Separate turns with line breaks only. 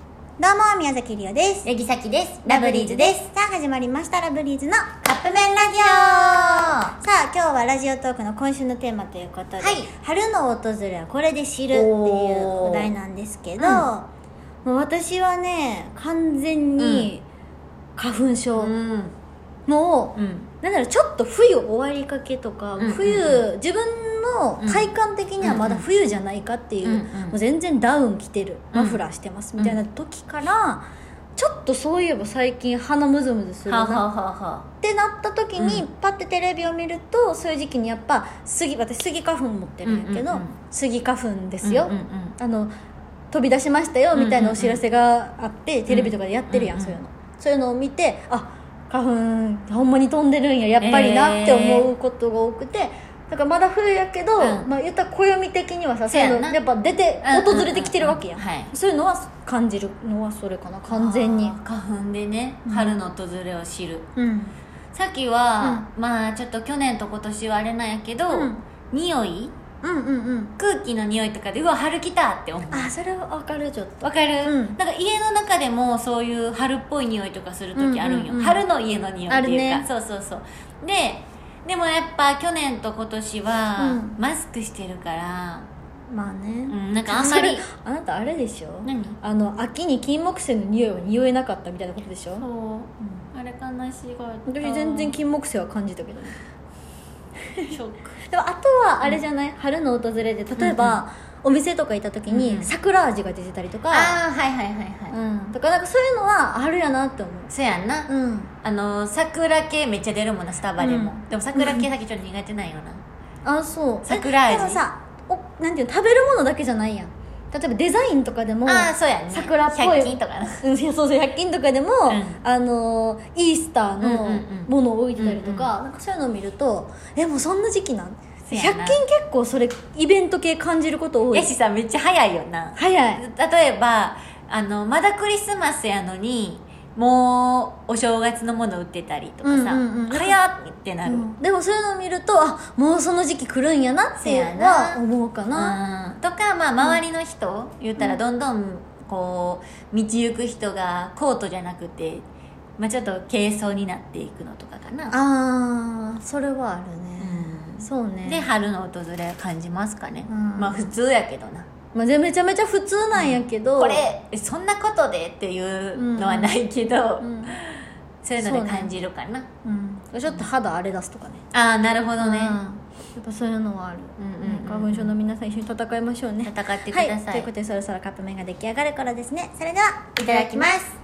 どうも宮崎りおです
ヤギサキですラブリーズです
さあ始まりましたラブリーズのさ
カップ麺ラジオ
あ今日はラジオトークの今週のテーマということで、
はい
春の訪れはこれで知るっていう
おー
お題なんですけど、
うん
もう私はね完全に花粉症、
ん
もう、
うん
なんだろうちょっと冬終わりかけとか、
うんうんうん
冬自分の体感的にはまだ冬じゃないかっていう,、
うんうん
もう全然ダウン着てる
うん
マフラーしてますみたいな時から、ちょっとそういえば最近鼻ムズムズする
はあ、はあ
な
はあは
ってなった時に、
うん
パッてテレビを見るとそういう時期にやっぱ杉私杉花粉持ってるんやけど、
うんうんうん
杉花粉で
あ
すよ、
うんうんうん
あの飛び出しましたよみたいなお知らせがあって、テレビとかでやってるやん、
うん
そういうのそういうのを見てあ花粉ほんまに飛んでるんややっぱりなって思うことが多くて、だからまだ冬やけど、
うん
まあ言ったら暦的にはさ
そ
そう
うや
い
んな
うのやっぱ出て
うんうんうん
訪れてきてるわけやん、
はい
そういうのは感じるのはそれかな完全に
あー花粉でね
うん
春の訪れを知る、
うん
さっきは、まあちょっと去年と今年はあれなんやけど、
うん
匂い
うんうんうん
空気の匂いとかでうわ春来たって思う
あそれは分かるちょっと
わかる、
うん
なんか家の中でもそういう春っぽい匂いとかする時あるんよ、
うんうんうん
春の家の匂いっていうか、
あるね
そうそうそうででもやっぱ去年と今年は
うん
マスクしてるから、
まあね、
うんなんかあんまり
それあなたあれでしょ
何
あの秋に金木犀の匂いは匂えなかったみたいなことでしょ、
そうあれ悲しいが
私全然金木犀は感じたけどね
ショック
でもあとはあれじゃない、春の訪れで例えば、お店とか行った時
うん
に
うん
桜味が出てたりとか、
ああはいはいはいはい、
うん、とかなんかそういうのは春やなって思う
そうやんな、
うん
あの桜系めっちゃ出るもんなスタバでも、
うん
でも桜系さっきちょっと苦手なんよな
あそう
桜味
えでもさおなんていうの食べるものだけじゃないやん例えばデザインとかでも
ああそうやね
桜っぽい
100均とかな
うんいやそうそう100均とかでも、
ん
あのイースター
うん
の
うんうん
ものを置いてたりとか,、なんかそういうのを見るとえもうそんな時期なん
そう
100
や
均
な
結構それイベント系感じること多い
やしさめっちゃ早いよな
早い
例えばあのまだクリスマスやのにもうお正月のもの売ってたりとかさ、
うんうんうん
早っってなる、
うんでもそういうのを見るとあもうその時期来るんやなっていうのは
そうやな
思うかな
うんとか、まあ、周りの人、言ったらどんどんこう道行く人がコートじゃなくて、まあ、ちょっと軽装になっていくのとかかな、
あーそれはあるね、
う、
そうん
で
ね
春の訪れ感じますかね、
うん
まあ普通やけどな
まあ、でめちゃめちゃ普通なんやけど、
これえそんなことでっていうのはないけど、
うん、
そういうので感じるかな、
うん、ちょっと肌荒れ出すとかね
ああなるほどね、
うんやっぱそういうのはある、
うんうんうん
花粉症の皆さん一緒に戦いましょうね
戦ってください
はい、ということでそろそろカップ麺が出来上がる頃ですねそれではい
ただきます